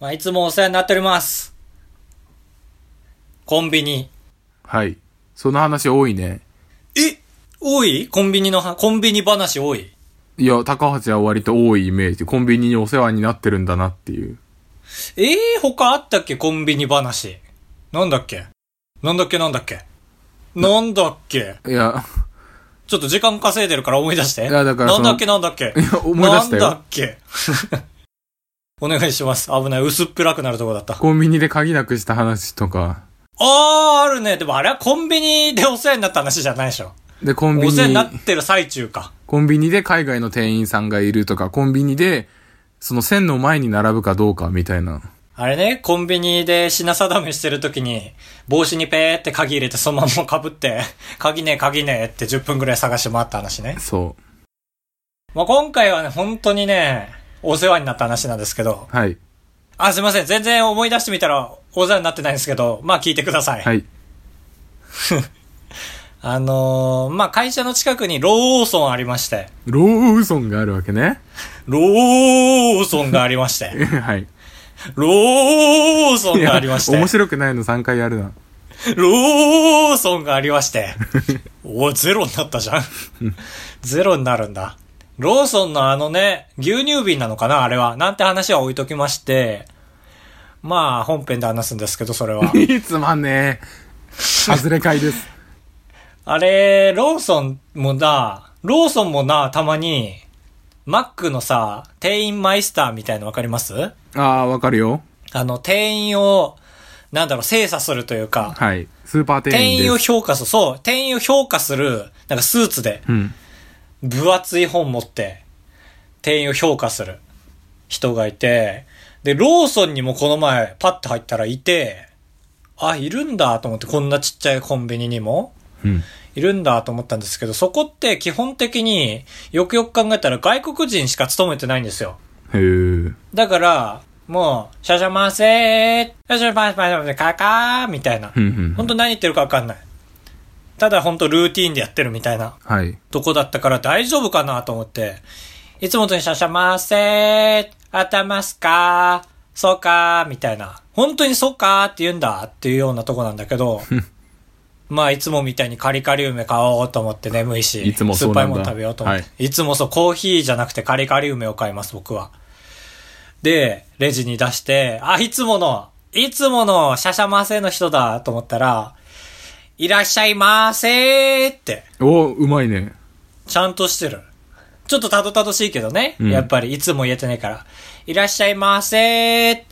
まあ、いつもお世話になっております。コンビニ。はい。その話多いね。え多いコンビニのは、コンビニ話多いいや、高橋は割と多いイメージ。コンビニにお世話になってるんだなっていう。えー、他あったっけコンビニ話。なんだっけなんだっけなんだっけなんだっけいや、 ちょっと時間稼いでるから思い出して。いやだからなそんのだっけなんだっけいや思い出しなたんだよっ。け お願いします。危ない。薄っぺらくなるとこだった。あコンビニで鍵なくした話とか。あー、あるね。でもあれはコンビニでお世話になった話じゃないでしょ。で、コンビお世話にニな、ってる最中か。コンビニで海外の店員さんがいるとか、コンビニで、その線の前に並ぶかどうかみたいな。あれね、コンビニで品定めしてる時に、帽子にペーって鍵入れてそのまま被って、 鍵ねえ鍵ねえって10分くらい探して回った話ね。そう。まあ、今回はね、本当にね、お世話になった話なんですけど、はい。あ、すいません。全然思い出してみたら、お世話になってないんですけど、まあ聞いてください。はい。あのー、まあ会社の近くにローソンありまして、ローソンがあるわけね。 ローソンがありまして、はい。ローソいンがありまして、面白くないの3回やるな。。ローソンがありまして。おいゼロになったじゃん。ゼロになるんだ。ローソンのあのね、牛乳瓶なのかなあれは。なんて話は置いときまして。まあ、本編で話すんですけど、それは いいつまんねえ。外れ会です。あれ、ローソンもな、ローソンもな、たまに、マックのさ、店員マイスターみたいのわかりますあー、わかるよ。あの、店員を、なんだろう、精査するというか、はい。スーパー店店員です。員を評価する、そう、店員を評価する、なんかスーツで、うん。分厚い本持って、店員を評価する人がいて、で、ローソンにもこの前、パッと入ったらいて、あ、いるんだと思って、こんなちっちゃいコンビニにも、うん。いるんだと思ったんですけど、そこって基本的に、よくよく考えたら外国人しか勤めてないんですよ。へー。だから、もう、シャシャマセー、シャシャマセー、カカーみたいなう。んうん。本当何言ってるかわかんない。ただ本当ルーティーンでやってるみたいな。はい。とこだったから大丈夫かなと思って、いつもとにシャシャマーせー、頭すかー、そうかー、みたいな。本当にそうかーって言うんだっていうようなとこなんだけ ど、まあいつもみたいにカリカリ梅買おうと思って眠いし、いつも酸そっうぱないんだもの食べようと思って、、はいつもそうコーヒーじゃなくてカリカリ梅を買います僕は。で、レジに出して、あ、いつもの、いつものシャシャマーせーの人だと思ったら、いらっしゃいまーせーって。おー、うまいね。ちゃんとしてる。ちょっとたどたどしいけどね。うんやっぱり、いつも言えてないから。いらっしゃいませー。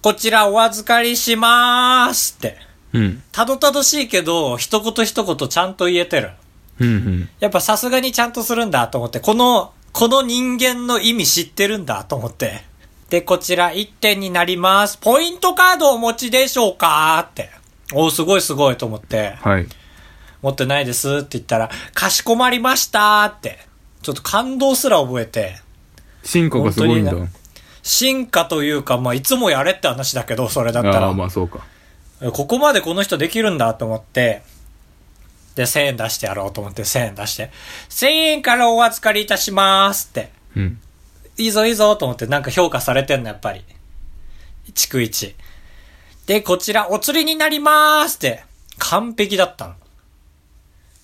こちらお預かりしまーすって。うん。たどたどしいけど、一言一言ちゃんと言えてる。うんうん。やっぱさすがにちゃんとするんだと思って、この、この人間の意味知ってるんだと思って。で、こちら1点になります。ポイントカードお持ちでしょうかって。おー、すごいすごいと思って。はい。持ってないですって言ったら、かしこまりましたって、ちょっと感動すら覚えて、進化がすごいんだ。本進化というか、まあ、いつもやれって話だけど、それだったあら、あー、まあそうか。ここまでこの人できるんだと思って、で、1000円出してやろうと思って、1000円出して、1000円からお預かりいたしますって、うん。いいぞいいぞと思って、なんか評価されてんの、やっぱり。逐一。で、こちら、お釣りになりまーすって、完璧だったの。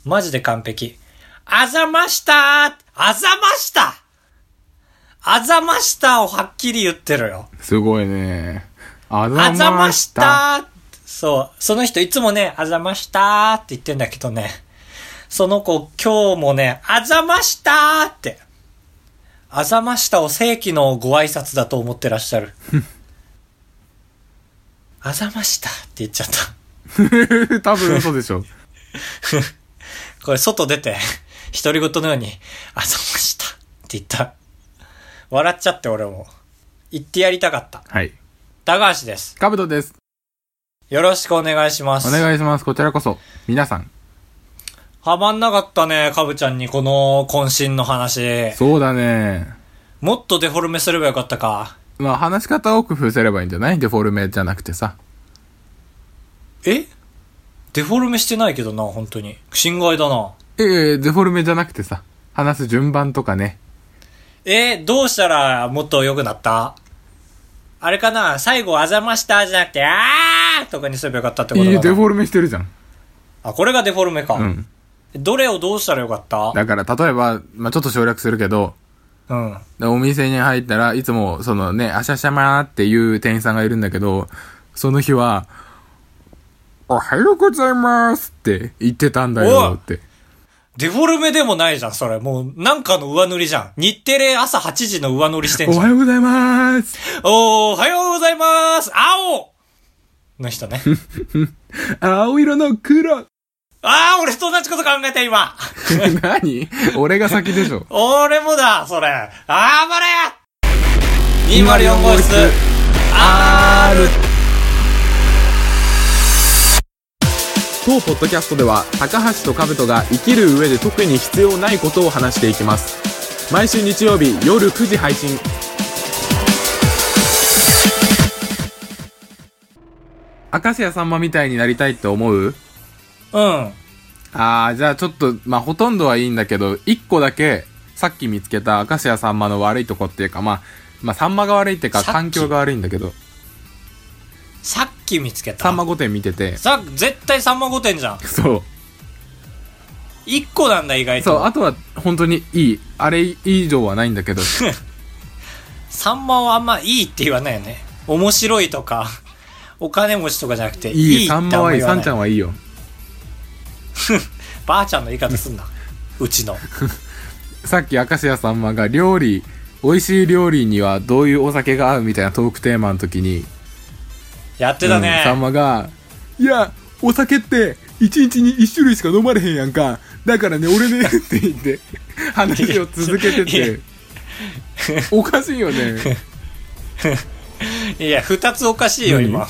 マジで完璧。あざましたーあざましたあざましたをはっきり言ってるよ。すごいね。あざあざままししたた。ーそう。その人いつもね、あざましたーって言ってんだけどね。その子今日もね、あざましたーって。あざましたを正規のご挨拶だと思ってらっしゃ る。あざましたって言っちゃった。 多分嘘でしょ。これ外出て、独り言のように、あざましたって言った。笑っちゃって俺も。言ってやりたかった。はい。高橋です。かぶとです。よろしくお願いします。お願いします。こちらこそ。皆さん。はまんなかったね、かぶちゃんにこの渾身の話。そうだね。もっとデフォルメすればよかったか。まあ話し方を工夫すればいいんじゃないデフォルメじゃなくてさ。えデフォルメしてないけどな、本当に。心外だな。ええ、デフォルメじゃなくてさ。話す順番とかね。え、どうしたらもっと良くなったあれかな最後、あざましたじゃなくて、あーとかにすればよかったってこといいかデなフォルメしてるじゃん。あ、これがデフォルメか。うん。どれをどうしたらよかっただから、例えば、まあちょっと省略するけど、うん。でお店に入ったらいつもそのね「あしゃしゃま」っていう店員さんがいるんだけどその日は「おはようございます」って言ってたんだよってデフォルメでもないじゃん、それ。もう、なんかの上塗りじゃん。日テレ朝8時の上塗りして「んおじゃん。はようございますおーおはようございます青の人 ね。青色の黒 あー、俺と同じこと考えた、今」何俺が先でしょ俺もだ、それ。あー、まれ !204 号室、R! 当ポッドキャストでは高橋と兜が生きる上で特に必要ないことを話していきます毎週日曜日夜9時配信明石家さんまみたいになりたいって思ううん。ああ、じゃあちょっと、まあ、ほとんどはいいんだけど、一個だけ、さっき見つけた明石家さんまの悪いとこっていうか、まあ、まあ、さんまが悪いっていうか、さっき環境が悪いんだけど、さっき見つけた。さんま御殿見てて、さ、絶対さんま御殿じゃん。そ一個なんだ、意う。外そう、と。あとは、本当にいい。あれ以上はないんだけど、さんまはあんまいいって言わないよね。面白いとか、お金持ちとかじゃなくて、いいいい。ってさあんんま言まわはないい。い。さんちゃんはいいよ。ばあちゃんの言い方すんな。うちの。さっき明石家さんまが料理、美味しい料理にはどういうお酒が合うみたいなトークテーマの時に、やってたうねん、。さんまが「いやお酒って1日に1種類しか飲まれへんやんかだからね俺ね」って言って話を続けていやいておかしいよねいや、二つおかしいよ、何今。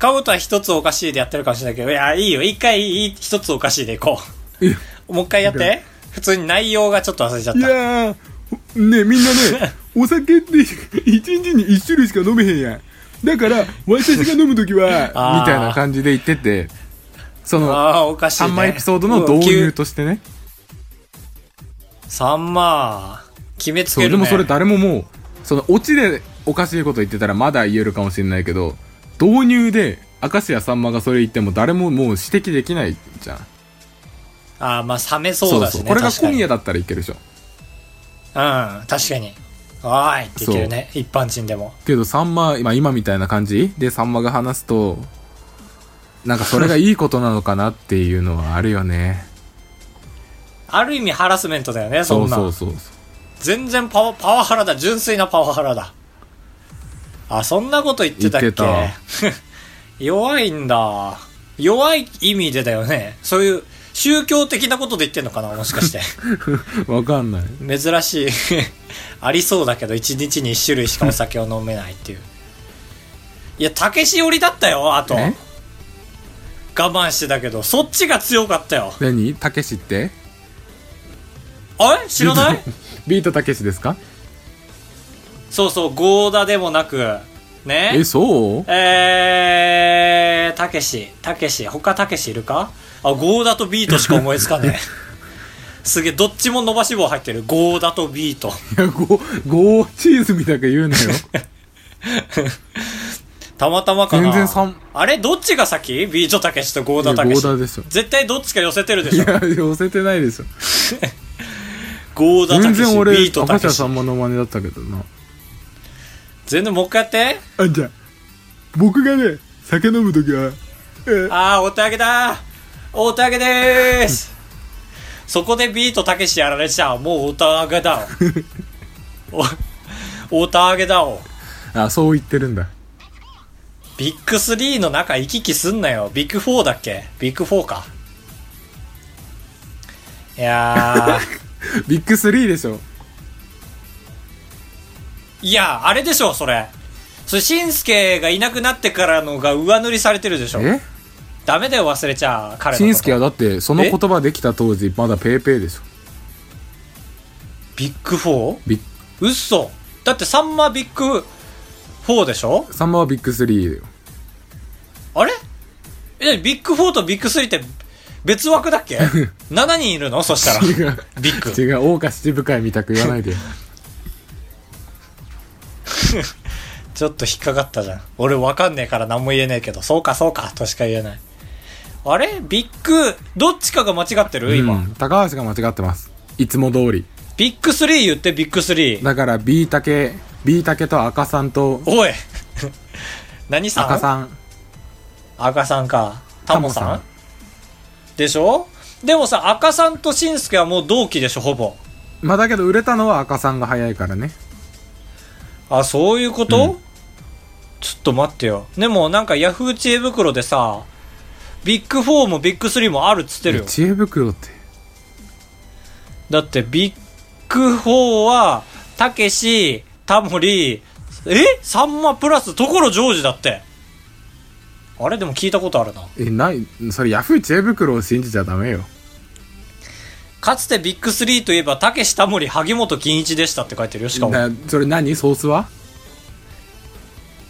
カブトは一つおかしいでやってるかもしれないけど、いや、いいよ。一回いい、一つおかしいでいこいやう。もう一回やって。普通に内容がちょっと忘れちゃっいた。やーねみんなねお酒って1日に1種類しか飲めへんやんだから私が飲む時あはーみたいな感じで言っててそのああ、おかしい、 3ね。枚エピソードの導入としてねさんま、決めつそけうる、ね。でもそれ誰ももうそのオチでおかしいこと言ってたらまだ言えるかもしれないけど導入で明石家さんまがそれ言っても誰ももう指摘できないじゃんああ、まあ、冷めそうだしね。これが確か小に宮だったらいけるでしょうん、確かに。おーいって言ってるね。一般人でも。けどさんま今今みたいな感じでさんまが話すとなんかそれがいいことなのかなっていうのはあるよねある意味ハラスメントだよね、 そそんうな。そうそうそう全然パワパワハラだ。純粋なパワハラだ。あ、そんなこと言ってたっけ言って 弱いんだ。弱い意味でだよね。そういう宗教的なことで言ってんのかな、もしか して。わかんない珍しい ありそうだけど1日に1種類しかお酒を飲めないっていういや竹しおりだったよあと我え慢してたけどそっちが強かったよ何たけしってあれ知らない ビートたけしですかそうそう合田でもなくねえそうえー、たけし、たけし、他たけしいるかあ、ゴーダとビートしか思いつか ねえ。すげえ、どっちも伸ばし棒入ってる。ゴーダとビート。いやゴゴーチーズみたいな言うなよたまたまかな。全然さんあれどっちが先ビートたけしとゴーいやダたゴけしー。ダでしょ絶対どっちか寄せてるでいしょ。や、寄せてないでしょ。ゴーダた全けし、然俺、ビート赤たけちしさ。んまの真似だったけどな。全然もう一回やって。あ、じゃあ、僕がね、酒飲むときは、えーあー、お手上げだお手上げでーすそこでビートたけしやられちゃう。もうお手上げ だお、お手上げだお。あ、そう言ってるんだ。ビッグ3の中行き来すんなよ。ビッグ4だっけビッグ4か。いや ー、ビッグ3でしょ。いや、あれでしょ、それ。それ、しんすけがいなくなってからのが上塗りされてるでしょ。えダメだよ、忘れちゃう。彼のこと。しんすけはだって、そのえ言葉できた当時、まだペーペーでしょ。ビッグ 4? ビッ嘘だってサンマビッグ4でしょサンマはビッグ3だよ。あれえ、ビッグ4とビッグ3って別枠だっけ ?7 人いるのそしたら。違う。ビッグ。違う、大岡七部会みたく言わないでよ。ちょっと引っかかったじゃん。俺わかんねえから何も言えねえけど、そうかそうかとしか言えない。あれビッグ、どっちかが間違ってる今。うん高橋が間違ってます。いつも通り。ビッグ3言ってビッグ3。だから B 竹、B 竹と赤さんとおい 何さん赤さん。赤さんか。タモさんタモさんでしょでもさ、赤さんとしんすけはもう同期でしょ、ほぼ。まあだけど売れたのは赤さんが早いからね。あ、そういうこと、うんちょっと待ってよ。でもなんかヤフー知恵袋でさ、ビッグ4もビッグ3もあるっつってるよ。知恵袋って。だってビッグ4は、たけし、タモリ、えさんまプラス、ところジョージだって。あれでも聞いたことあるな。え、ない、それヤフー知恵袋を信じちゃダメよ。かつてビッグ3といえば、たけし、タモリ、萩本欽一でしたって書いてるよ。しかも、だそれ何ソースは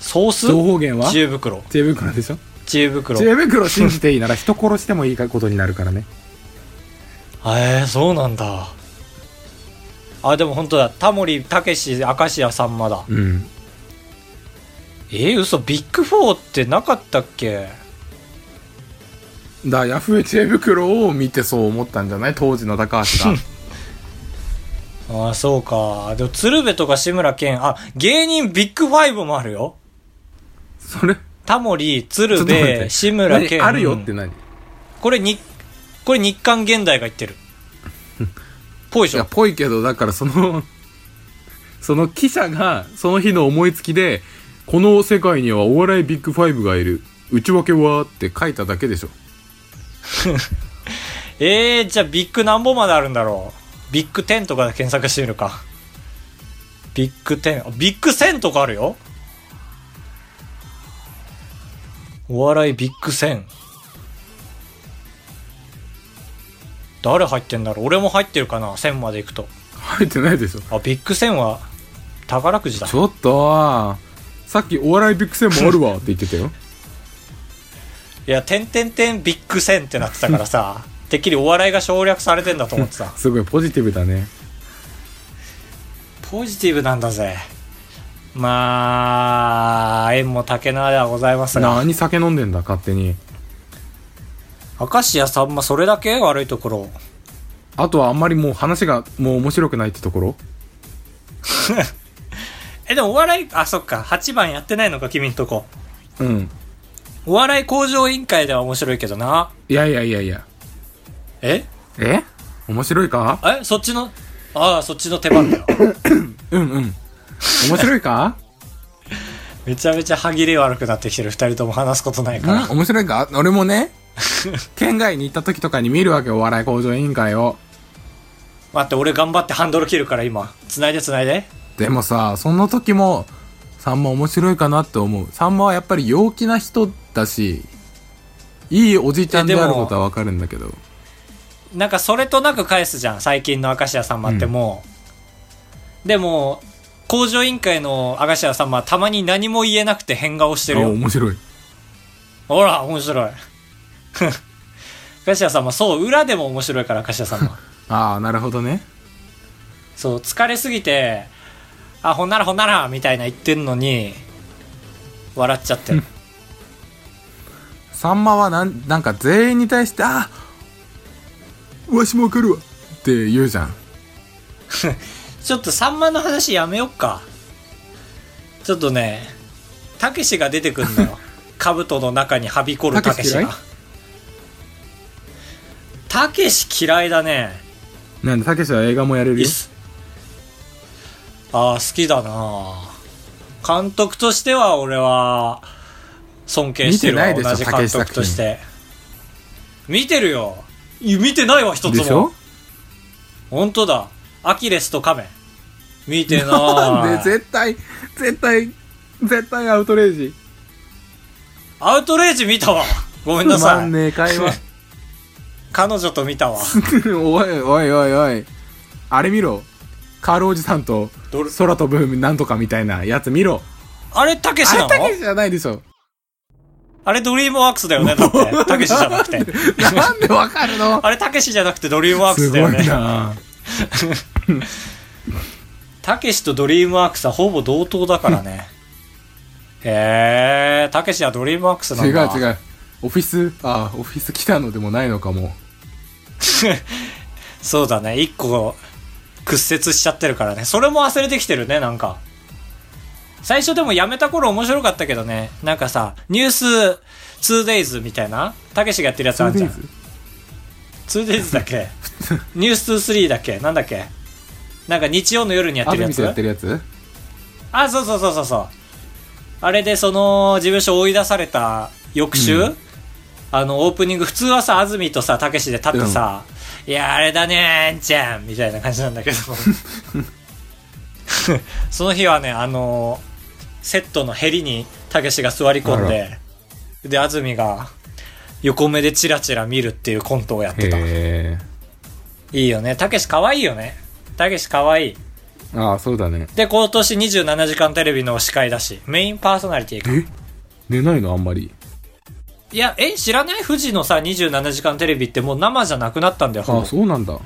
ソ情ー報源スは知知恵恵袋。袋でしょ知恵袋。知恵袋信じていいなら人殺してもいいことになるからね。へえそうなんだあでも本当だタモリたけし明石家さんまだうん。えー、嘘ビッグ4ってなかったっけだヤフー知恵袋を見てそう思ったんじゃない当時の高橋が。 ああそうかでも鶴瓶とか志村けんあ芸人ビッグ5もあるよそれ、タモリちょ鶴っと待って瓶志村けん何あるよって何いこれにこれ日刊現代が言って るぽいでしや、ょぽいけど、だからその、 その記者が、その日の思いつきで、この世界にはお笑いビッグファイブがいる。内訳はって書いただけでしょ。えー、じゃあビッグ何本まであるんだろうビッグ10とかで検索してみるかビッグ10あビッグ1000とかあるよお笑いビッグ1000誰入ってんだろう俺も入ってるかな1000までいくと入ってないでしょ。あビッグ1000は宝くじだちょっと、さっきお笑いビッグセンもある わって言ってたよ。いや「てんてんてんビッグ1000」ってなってたからさてっきりお笑いが省略されてんだと思ってたすごいポジティブだね。ポジティブなんだぜ。まあ、縁も竹縄ではございますが。何酒飲んでんだ、勝手に。明石家さんま、それだけ悪いところ。あとはあんまりもう話がもう面白くないってところえ、でもお笑い、あ、そっか、8番やってないのか、君んとこ。うん。お笑い向上委員会では面白いけどな。いやいやいやいや。ええ面白いかえそっちの、ああ、そっちの手番だ よ。うんうん。面白いかめちゃめちゃ歯切れ悪くなってきてる、二人とも話すことないから。うん面白いか俺 もね、県外に行った時とかに見るわけよ、お笑い工場委員会を。待って、俺頑張ってハンドル切るから、今。繋いで繋いで。でもさ、その時も、さんま面白いかなって思う。さんまはやっぱり陽気な人だし、いいおじちゃんであることはわかるんだけど。なんかそれとなく返すじゃん最近の明石家さんまってもう、でも工場委員会の明石家さんまはたまに何も言えなくて変顔してるあよ面白い。ほら面白い明石家さんまそう裏でも面白いから明石家さんまああ、なるほどね。そう疲れすぎてあほんならほんならみたいな言ってんのに笑っちゃってるさんまはなん、なんか全員に対して、ああわしもわかるわって言うじゃん。ちょっとさんまの話やめよっかちょっとねたけしが出てくん のよ兜の中にはびこるたけしがたけし嫌いだねなんで、たけしは映画もやれるいよっ。すああ好きだな監督としては俺は尊敬してるわ見てない同でじしょ監督として見てるよいや見てないわ一つでもしょ本当だアキレスとカメ見てない なんで、絶対、絶対、絶対アウトレイジ。アウトレイジ見たわ。ごめんなつまさんい。ねえ会話。 彼女と見たわ。おいおいおいおい。あれ見ろ。カールおじさんとどれ空飛ぶなんとかみたいなやつ見ろ。あれ、たけしあなのれたけしじゃないでしょ。あれ、ドリームワークスだよね、 だって。たけしじゃなくて。なんでわかるのあれ、たけしじゃなくてドリームワークすスだごいよね。な たけしとドリームワークスはほぼ同等だからね。えー、たけしはドリームワックスな違んうだ。違う。オフィス、ああ、オフィス来たのでもないのかも。そうだね、一個屈折しちゃってるからね。それも忘れてきてるね、なんか。最初でもやめた頃面白かったけどね。なんかさ、ニュース 2days みたいなたけしがやってるやつあるじゃん。 2days 2days だっけニュース23だっけなんだっけなんか日曜の夜にやっアてるドやミとつやってるやつあ、そうそうそうそうそう。あれでその、事務所追い出された翌週、うんあの、オープニング、普通はさ、安住とさ、たけしで立ってさ、いや、あれだねーんちゃんみたいな感じなん だけど。その日はね、あのセットのヘリにたけしが座り込んで、で、安住が横目でチラチラ見るっていうコントをやってた。いへえ。いよね。たけし可愛いよね。たけし可愛い。ああ、そうだね。で、今年27時間テレビの司会だし、メインパーソナリティか。え寝ないのあんまり。いや、え、知らない富士のさ、27時間テレビってもう生じゃなくなったんだよ、ほあぼあ、そうなんだ。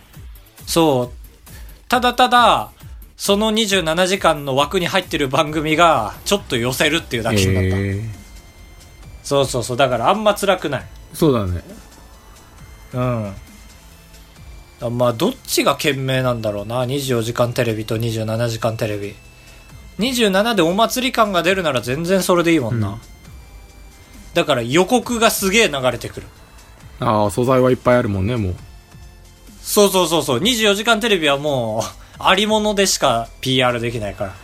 そう。ただただ、その27時間の枠に入ってる番組が、ちょっと寄せるっていうだへけになった。え。そうそうそう。だからあんま辛くない。そうだね。うん。あまあ、どっちが賢明なんだろうな。24時間テレビと27時間テレビ。27でお祭り感が出るなら全然それでいいもんな。うんだから予告がすげえ流れてくる。ああ、素材はいっぱいあるもんね、もう。そうそうそうそう。24時間テレビはもう、 ありものでしか PR できないから。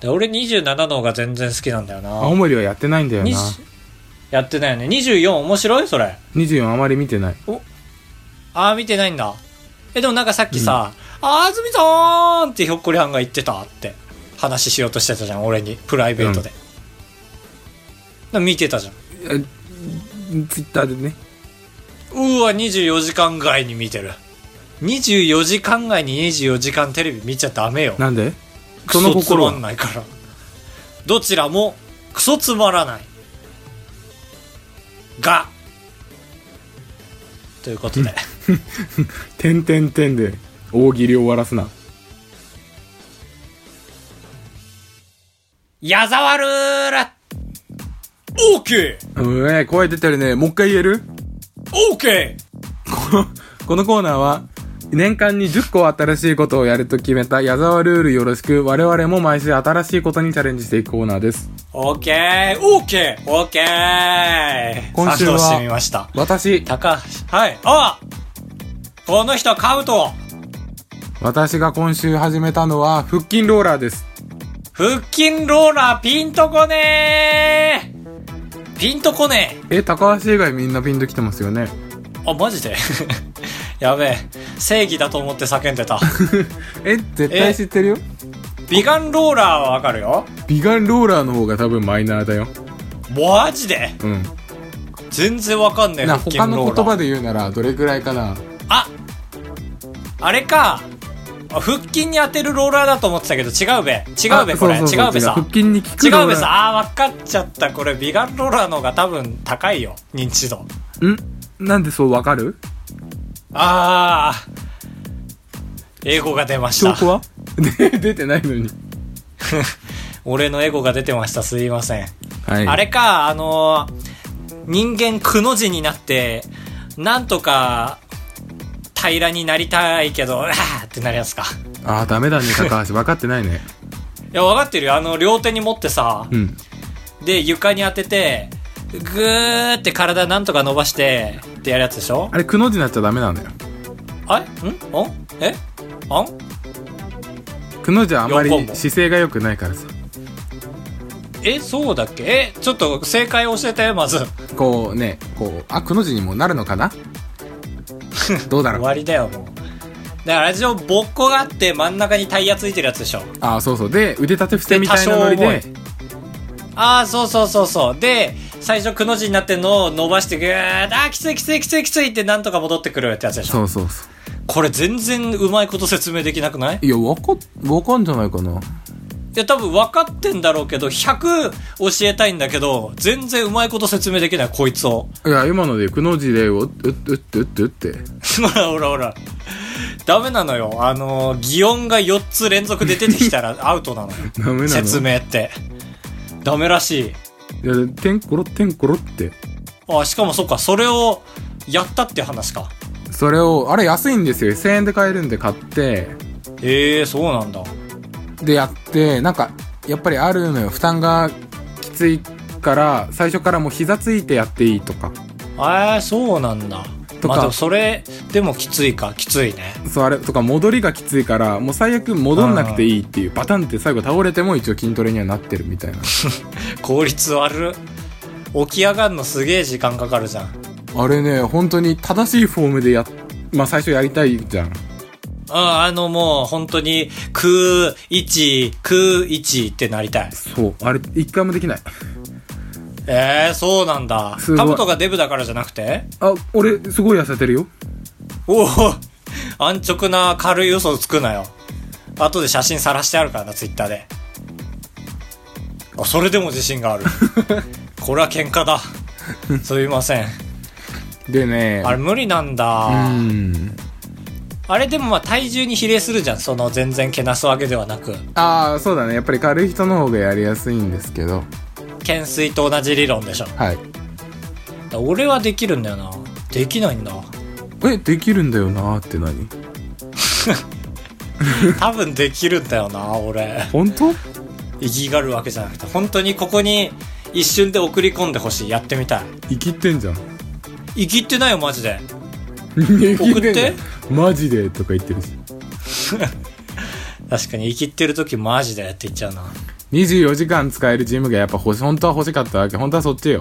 で俺27の方が全然好きなんだよ青な。森はやってないんだよな。 20やってないよね。24面白いそれ。 24あまり見てない。ああ、見てないんだ。え、でもなんかさっきさ、あーずみさーんってひょっこりはんが言ってたって話しようとしてたじゃん、俺に。プライベートで。な見てたじゃん。ツイッターでね。うーわ、24時間外に見てる。24時間外に24時間テレビ見ちゃダメよ。なんでクそのソつ心まんは。ないから。どちらもクソつまらない。が。ということで。てんてんてんで大喜利を終わらすな。矢沢ルーラオーケーうえ、声出てるね。もう一回言えるオーケーこのコーナーは、年間に10個新しいことをやると決めた矢沢ルールよろしく、我々も毎週新しいことにチャレンジしていくコーナーです。オーケーオーケーオーケー今週賛同はしてみました。私、高橋。はい。あこの人カウト私が今週始めたのは腹筋ローラーです。腹筋ローラーピンとこねーピンとこねーえ、高橋以外みんなピンと来てますよね。あ、マジで やべえ。正義だと思って叫んで た。え、絶対知ってるよ。ビガンローラーはわかるよビガンローラーの方が多分マイナーだよ。マジでうん。全然わかんねえ、な、腹筋ロ他ーラー。の言葉で言うならどれくらいかな。ああれか。あ腹筋に当てるローラーだと思ってたけど、違うべ。違うべ、あこれ。そうそうそう違うべさ腹。筋に効く違ローラー。うべさ。あー、わかっちゃった。これ、ビガンローラーの方が多分高いよ。認知度。んなんでそうわかるあー。英語が出まし証た。拠は で出てないのに。俺のエゴが出てました。すいません。はい。あれか、あのー人間くの字になって、なんとか、平らになりたいけど、う わーってなるやつか。あー、ダメだね、高橋。分かってない ね。いや、分かってるよ。あの、両手に持ってさ、うん。で、床に当てて、ぐーって体なんとか伸ばして、ってやるやつでしょあれ、くの字になっちゃダメなんだよ。あれんおんえあんくの字はあんまり四本も姿勢が良くないからさ。え、そうだっけえ、ちょっと正解教えて、まず。こうね、こう、あ、くの字にもなるの かなどうだ終ろう。わりだよ、もう。だから、あれでしょぼっこがあって真ん中にタイヤついてるやつでしょあー、そうそう。で、腕立て伏せでみたいなノリ多少で重、ああ、そうそうそうそう。で、最初くの字になってんのを伸ばしてぐーっあー、きついきついきついきついってなんとか戻ってくるってやつでしょ。そうそうそ。これ全然うまいこと説明できなくないういや、わか、わかんじゃないかな。いや、多分分かってんだろうけど、100教えたいんだけど、全然うまいこと説明できない、こいつを。 いや、今ので、くの字で、うっ、うっ、うっ、うっ、うって。ほらほらほら。ダメなのよ。あのー、擬音が4つ連続で出てきたらアウトなのよ。ダメなの説明って。ダメらしい。いや、てんころてんころって。あ、しかもそっか、それをやったっていう話か。それを、あれ安いんですよ。1000円で買えるんで買って、ええー、そうなんだ。でやって、なんか、やっぱりあるのよ。負担がきついから、最初からもう膝ついてやっていいとか。ええ、そうなんだ。とまかあでもそれでもきついか、きついね。そう、あれとか戻りがきついから、もう最悪戻んなくていいっていう、バタンって最後倒れても一応筋トレにはなってるみたいな。効率悪。起き上がるのすげえ時間かかるじゃん。あれね、本当に正しいフォームでやっ、まあ最初やりたいじゃん。うん、あのもう本当に、くー、いち、くー、いちってなりたい。そう。あれ、一回もできない。ええー、そうなんだす。ごいカブトがデブだからじゃなくてあ、俺、すごい痩せてるよ。おお安直な軽い嘘をつくなよ。後で写真晒してあるからな、ツイッターで。あ、それでも自信 がある。これは喧嘩だ。すいませ ん。でね、あれ無理なんうだ。ん。あれでもまあ体重に比例するじゃん。その全然けなすわけではなく。ああ、そうだね。やっぱり軽い人の方がやりやすいんですけど。懸垂と同じ理論でしょ。はい。俺はできるんだよな。できないんだ。え、できるんだよなーって何多分できるんだよな、俺。本当意義があるわけじゃなくて、本当にここに一瞬で送り込んでほしい。やってみたい。生きってんじゃん。生きってないよマジで生き送ってマジでとか言ってるし。確かに生きってる時マジでやっていっちゃうな24時間使えるジムがやっぱ欲し、本当は欲しかったわけ。本当はそっちよ。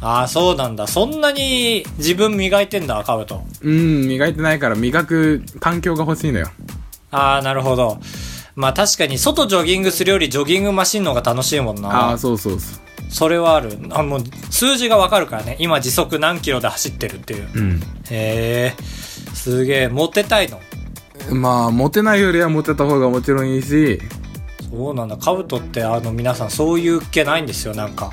ああそうなんだそんなに自分磨いてんだカブトうん、磨いてないから磨く環境が欲しいのよ。ああなるほどまあ確かに外ジョギングするよりジョギングマシンの方が楽しいもんああー、なそうそうそう。それはあるあもう数字がわかるからね今時速何キロで走ってるっていううん。へえすげえモテたいのまあ、モテないよりはモテた方がもちろんいいし、そうなんだカブトってあの皆さんそういう気ないんですよなんか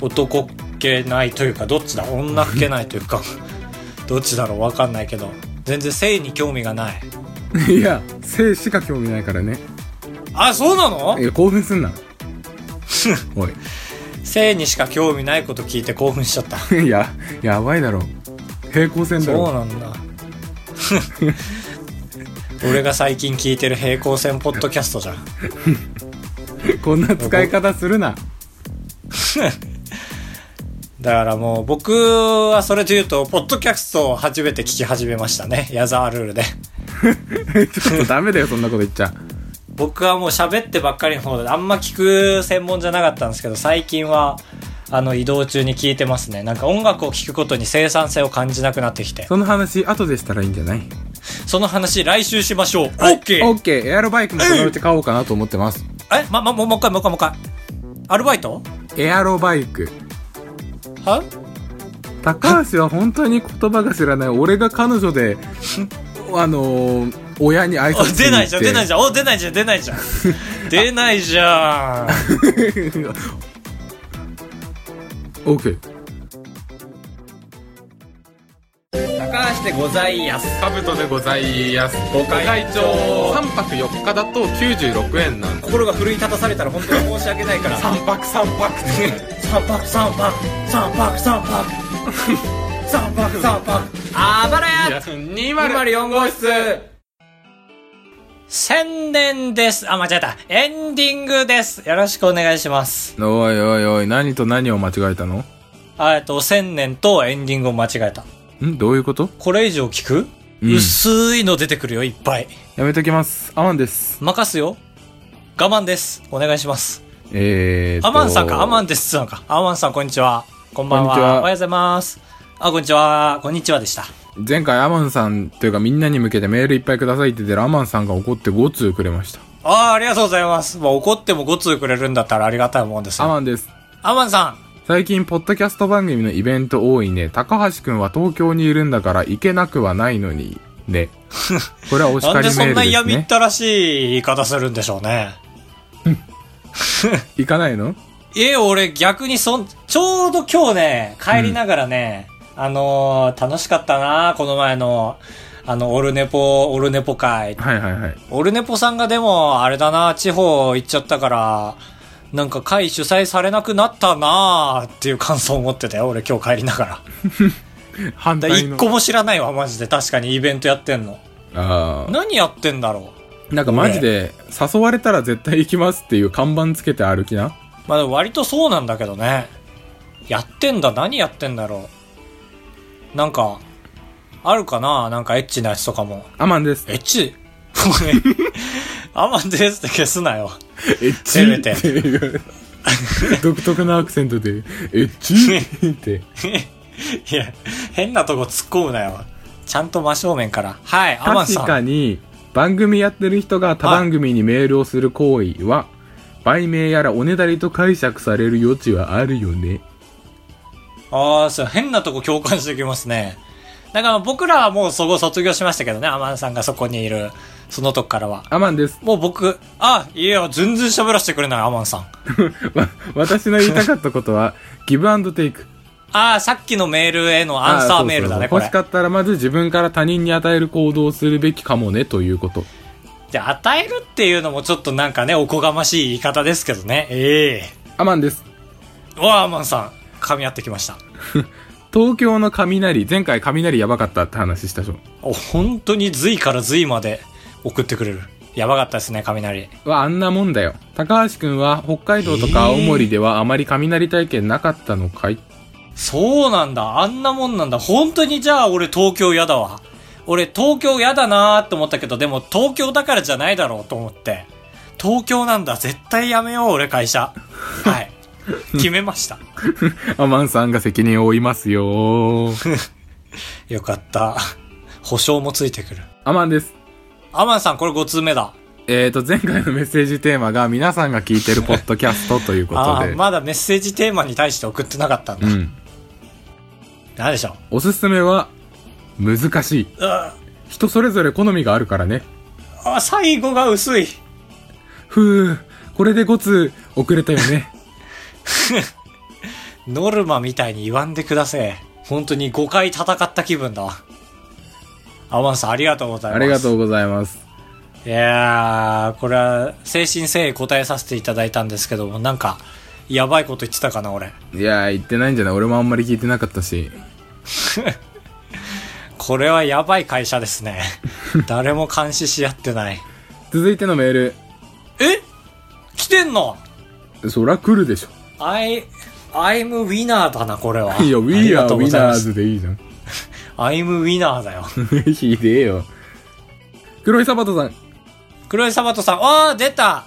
男っ気ないというかどっちだ女っ気ないというか どっちだろうわかんないけど全然性に興味がない いや、性しか興味ないからね。あそうなのいや、興奮すん な。おい。性にしか興味ないこと聞いて興奮しちゃったいや、やばいだろ。平行線だそうろ。なんだ 俺が最近聞いてる平行線ポッドキャストじゃんこんな使い方するな。だからもう僕はそれというとポッドキャストを初めて聞き始めましたねヤザールールでちょっとダメだよ、そんなこと言っちゃ。僕はもう喋ってばっかりの方であんま聞く専門じゃなかったんですけど最近はあの移動中に聞いてますねなんか音楽を聴くことに生産性を感じなくなってきてその話、後でしたらいいんじゃないその話来週しましょう OK、オッケーエアロバイクもそのうち買おうかなと思ってます。えま、ま、もうもう一回もう一回もう一回アルバイトエアロバイク。は高橋は本当に言葉が知らない。俺が彼女で、あのー、親に挨拶おしに行って出ないじゃん出ないじゃんお出ないじゃん出ないじゃん 出ないじゃん オッケー高橋でございやすカブトでございます。ご会長3泊4日だと96円なんで心が奮い立たされたら本当に申し訳ないから三泊三泊 三泊三泊三泊三 泊三泊三泊あばらや204号室宣伝です。あ、間違えた。エンディングです。よろしくお願いします。おいおいおい、何と何を間違えたのあえっと、千年とエンディングを間違えた。んどういうことこれ以上聞く、うん薄いの出てくるよ、いっぱい。やめときます。アマンです。任すよ。我慢です。お願いします。えーとアマンさんか、アマンですなのか。アマンさん、こんにちは。こんばんは。こんにちはおはようございます。あ、こんにちは。こんにちはでした。前回アマンさんというかみんなに向けてメールいっぱいくださいって言ってるアマンさんが怒って5通くれました。あー、ありがとうございます。もう怒っても5通くれるんだったらありがたいもんですアよ。マンです。アマンさん。最近、ポッドキャスト番組のイベント多いね。高橋くんは東京にいるんだから行けなくはないのに、 ね。これはお叱なんりでそメんールなで嫌すみっね。たらしい言い方するんでしょうね。行かないのえ、俺逆にそん、ちょうど今日ね、帰りながらね、あのー楽しかったなこの前の、あの、オルネポ、オルネポ会。はいはいはい。オルネポさんがでも、あれだな地方行っちゃったから、なんか会主催されなくなったなーっていう感想を持ってたよ、俺今日帰りながら。反だ対一の。個も知らないわ、マジで。確かにイベントやってんの。あ何やってんだろう。あ。なんかマジで、誘われたら絶対行きますっていう看板つけて歩きな。まあでも割とそうなんだけどね。やってんだ、何やってんだろう。なんか、あるかななんかエッチなやつとかも。アマンです。エッチおい アマンですって消すなよ。エッチーっていう。 独特なアクセントで、エッチーって。いや、変なとこ突っ込むなよ。ちゃんと真正面から。はい、アマン確さん。かに、番組やってる人が他番組にメールをする行為は、売名やらおねだりと解釈される余地はあるよね。ああ、そう、変なとこ共感してきますね。だから僕らはもうそこ卒業しましたけどね、アマンさんがそこにいる、そのとこからは。アマンです。もう僕、あ、いや、全然喋らせてくれない、アマンさん。わ私の言いたかったことは、ギブアンドテイク。ああ、さっきのメールへのアンサーメールだね、あそこうそうそれう欲し。かったらまず自分から他人に与える行動をするべきかもね、ということ。じゃあ、与えるっていうのもちょっとなんかね、おこがましい言い方ですけどね。ええアマンです。うわ、アマンさん、噛み合ってきました。東京の雷、前回雷やばかったって話したでしょ。お本当に隋から隋まで送ってくれる。やばかったですね、雷。はあんなもんだよ。高橋くんは北海道とか青森ではあまり雷体験なかったのかいそうなんだ。あんなもんなんだ。本当にじゃあ俺東京嫌だわ。俺東京嫌だなーって思ったけど、でも東京だからじゃないだろうと思って。東京なんだ。絶対やめよう、俺会社。はい。決めました。アマンさんが責任を負いますよ。よかった。 保証もついてくる。アマンです。アマンさん、これ5通目だ。えーと、前回のメッセージテーマが皆さんが聞いてるポッドキャストということああで。ー、まだメッセージテーマに対して送ってなかったんうだ。ん。なんでしょう。おすすめは、難しい。うわ人それぞれ好みがあるからね。あ、最後が薄い。ふうこれで5通遅れたよ ね。ノルマみたいに言わんでください。本当に5回戦った気分だわ。アマンさん、ありがとうございます。ありがとうございます。いやー、これは、精神誠意答えさせていただいたんですけども、なんか、やばいこと言ってたかな、俺。いやー、言ってないんじゃない俺もあんまり聞いてなかったし。これはやばい会社です ね。誰も監視し合ってない。続いてのメーえ来てんのル。そら来るでしょ。 ?I, I'm winner だな、これは。いや、あり We が are とうございます Winners でいいじゃん。 I'm winner だよ。 ひでえよ。黒井サバトさん、黒井サバトさん、あー、出た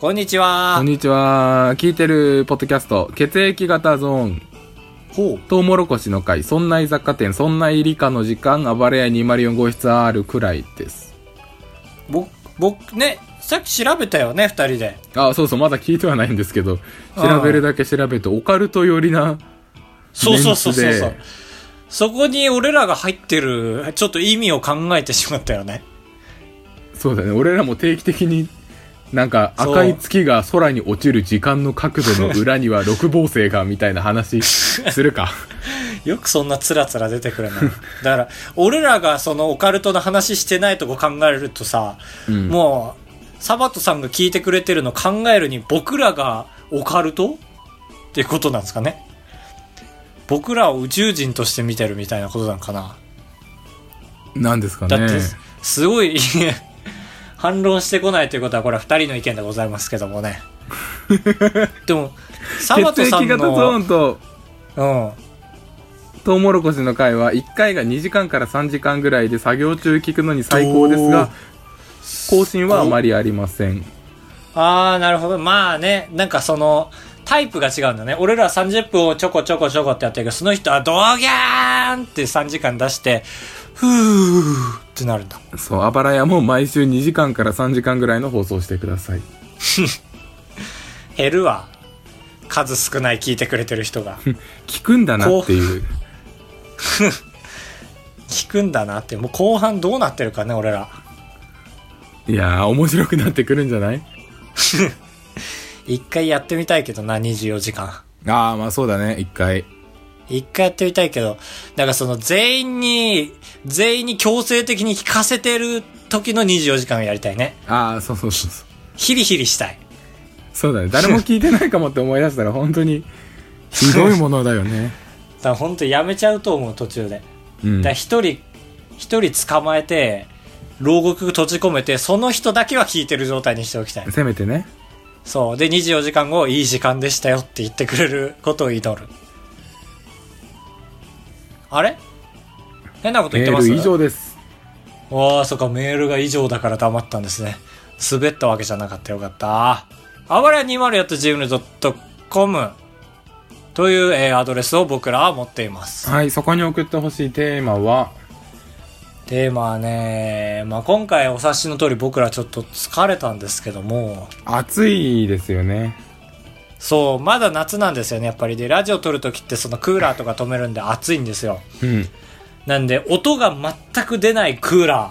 こんにちは。こんにちは。聞いてるポッドキャスト、血液型ゾーン、ほう。トウモロコシの会、そんな雑貨店、そんな理科の時間、暴れ屋204号室 R くらいです。僕、僕ね、さっき調べたよね、二人で。あ、そうそう、まだ聞いてはないんですけど、調べるだけ調べて、オカルト寄りな、そうそうそうそうそメンツうで。そこに俺らが入ってる、ちょっと意味を考えてしまったよね。そうだね、俺らも定期的に、なんかそう赤い月が空に落ちる時間の角度の裏には六芒星が、みたいな話す るか。よくそんなつらつら出てくるな。だから、俺らがそのオカルトの話してないとこ考えるとさ、うんもう、サバトさんが聞いてくれてるの考えるに僕らがオカルトっていうことなんですかね。僕らを宇宙人として見てるみたいなことなんかな。なんですかね。だって、すごい、 反論してこないということは、これは二人の意見でございますけども ね。でも、サバト血さ液ん型ゾーの、ンとうん。トウモロコシの回は1回が2時間から3時間ぐらいで作業中聞くのに最高ですが更新はあまりありませんあー、なるほど。まあね、なんかその、タイプが違うんだね。俺ら30分をちょこちょこちょこってやってるけど、その人はドギャーンって3時間出して、ふーってなるんだ。そうあばらやも毎週2時間から3時間ぐらいの放送をしてください減るわ。数少ない聞いてくれてる人が。聞くんだなっていう聞くんだなって、もう後半どうなってるかね、俺ら。いやー面白くなってくるんじゃない一回やってみたいけどな、24時間。ああまあそうだね1回一回やってみたいけど、なんかその全員に、全員に強制的に聞かせてる時の24時間をやりたいね。ああそうそうそうそヒリヒリしたい。そうだね。誰も聞いてないかもって思い出したら本当にひどいものだよね。だから本当やめちゃうと思う途中でうんだから。一人一人捕まえて牢獄閉じ込めてその人だけは聞いてる状態にしておきたいせめてね。そうで24時間後いい時間でしたよって言ってくれることを祈るあれ変なこと言メってーまルす以上です。ああ、そっか、メールが以上だから黙ったんですね。滑ったわけじゃなかったよかった。あばれ 204.gmail.com という、えーアドレスを僕らは持っています。はい、そこに送ってほしいテーマは、テーマはね、まあ、今回お察しの通り僕らちょっと疲れたんですけども、暑いですよね。そう、まだ夏なんですよね、やっぱり。で、ラジオ撮るときってそのクーラーとか止めるんで暑いんですよ。うん。なんで、音が全く出ないクーラー。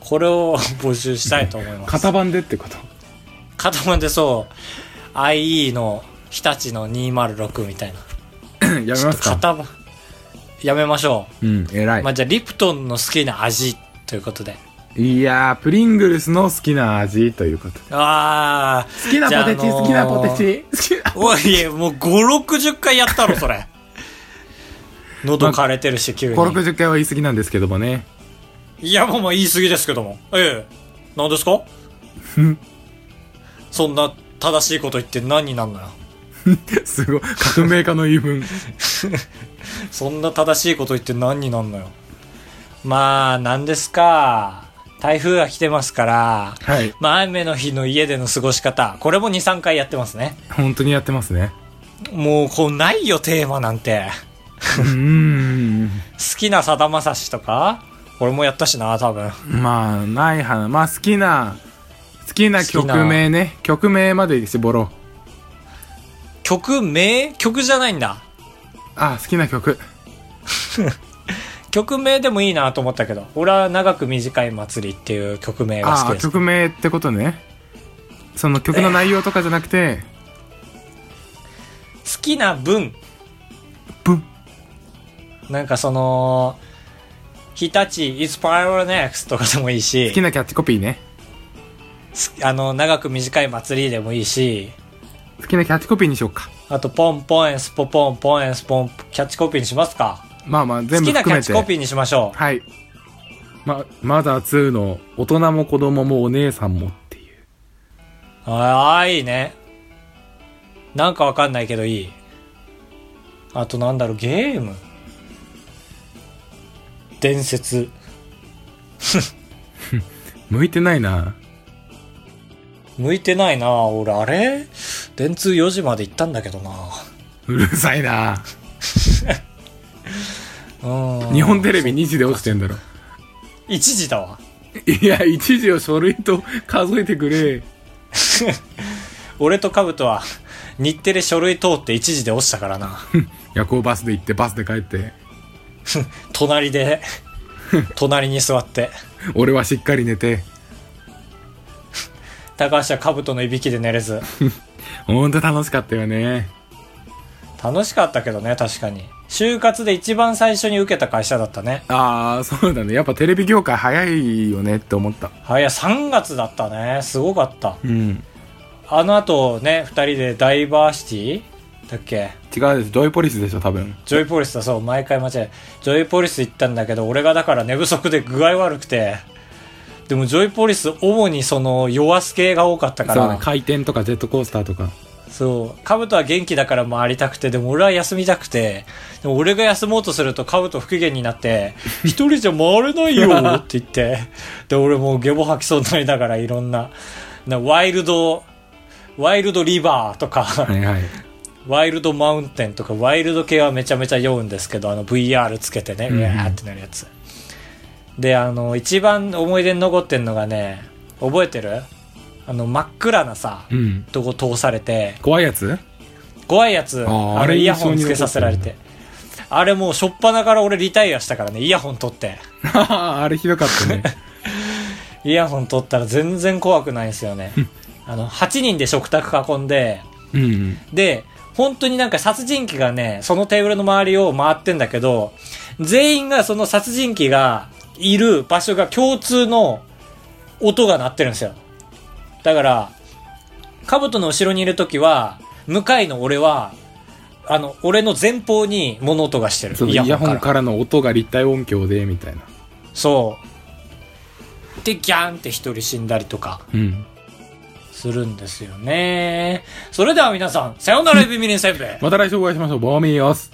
これを 募集したいと思います。型番でってこと。片までそう IE の日立の206みたいな やめますか片番やめましょうん、偉う、いまあ。じゃあリプトンの好きな味ということでいやー、プリングルスの好きな味ということで。ああ好きなポテチ、じゃあ好きなポテチ。 好きな。おいいえもう560回やったろそれ 喉枯れてるし急に、 5、60回は言い過ぎなんですけどもね。いやもうまあ言い過ぎですけどもええ何ですかそんな正しいこと言って何になんのよ すごい。革命家の言い分。そんな正しいこと言って何になんのよ。まあ、なんですか。台風が来てますから、はい。まあ、雨の日の家での過ごし方、これも2、3回やってますね。本当にやってますね。もう、こう、ないよ、テーマなんて。うーん。好きなさだまさしとか、これもやったしな、多分。まあ、ない話。まあ、好きな、好きな曲好き名なね。曲名まで絞ろう。曲名曲じゃないんだ。あ、好きな曲。曲名でもいいなと思ったけど、俺は長く短い祭りっていう曲名が好きあで、す。曲名ってことね。その曲の内容とかじゃなくて、好きな文ぶん。なんかその、日立 is pyronex とかでもいいし、好きなキャッチコピーね。すあの、長く短い祭りでもいいし、好きなキャッチコピーにしようか。あと、ポンポンエンスポポンポンエンスポン、キャッチコピーにしますかまあまあ、好全部きなキャ含ッめて。チコピーにしましょはい。ま、マザー2の大人も子供もお姉さんもっていう。う。ああ、いいね。なんかわかんないけどいい。あと、なんだろう、ゲーム伝説。向いてないな。向いてないな俺、あれ電通4時まで行ったんだけどなうるさいな。うん。日本テレビ2時で落ちてんだろ。 1時だわ。 いや、1時を書類と数えてくれ。俺とカブトは、日テレ書類通って1時で落ちたからな。夜行バスで行って、バスで帰って。隣で隣に座って俺はしっかり寝て。高橋は兜のいびきで寝れずほんと楽しかったよね。楽しかったけどね確かに就活で一番最初に受けた会社だったねあー、そうだね。やっぱテレビ業界早いよねって思った。はいや3月だったねすごかったうん。あの後ね2人でダイバーシティだっけ違うです。ジョイポリスでしょ、多分。ジョイポリスだそう毎回間違えジョイポリス行ったんだけど俺がだから寝不足で具合悪くてでもジョイポリス主にその弱す系が多かったかそうねら。回転とかジェットコースターとか。そう。カブトは元気だから回りたくて、でも俺は休みたくて、でも俺が休もうとするとカブト不機嫌にな って、一人じゃ回れないよって言って、で、俺もうゲボ吐きそうになりながらいろんな、なワイルド、ワイルドリバーとはか、いはい。ワイルドマウンテンとか、ワイルド系はめちゃめちゃ酔うんですけど、あの VR つけてね、うんうわーってなるやつ。で、あの、一番思い出に残ってんのがね、覚えてるあの、真っ暗なさ、うん。とこ通されて、怖いやつ怖いやつあーああれれイヤホンつけさせられ印象てあれもうしょっぱなから俺リタイアしたからねイヤホン取って あれひどかったね。イヤホン取ったら全然怖くないんです よねあの8人で食卓囲んでうん。で本当になんか殺人鬼がねそのテーブルの周りを回ってんだけど全員がその殺人鬼がいる場所が共通の音が鳴ってるんですよだから兜の後ろにいるときは、向かいの俺は、あの、俺の前方に物音がしてる。そのイイヤヤホンかホンら。からの音が立体音響で、みたいな。そう。で、ギャンって一人死んだりとかうん。するんですよね。それでは皆さん、さようならエビみりんせんべい。また来週お会いしましょう。ボーミーオス。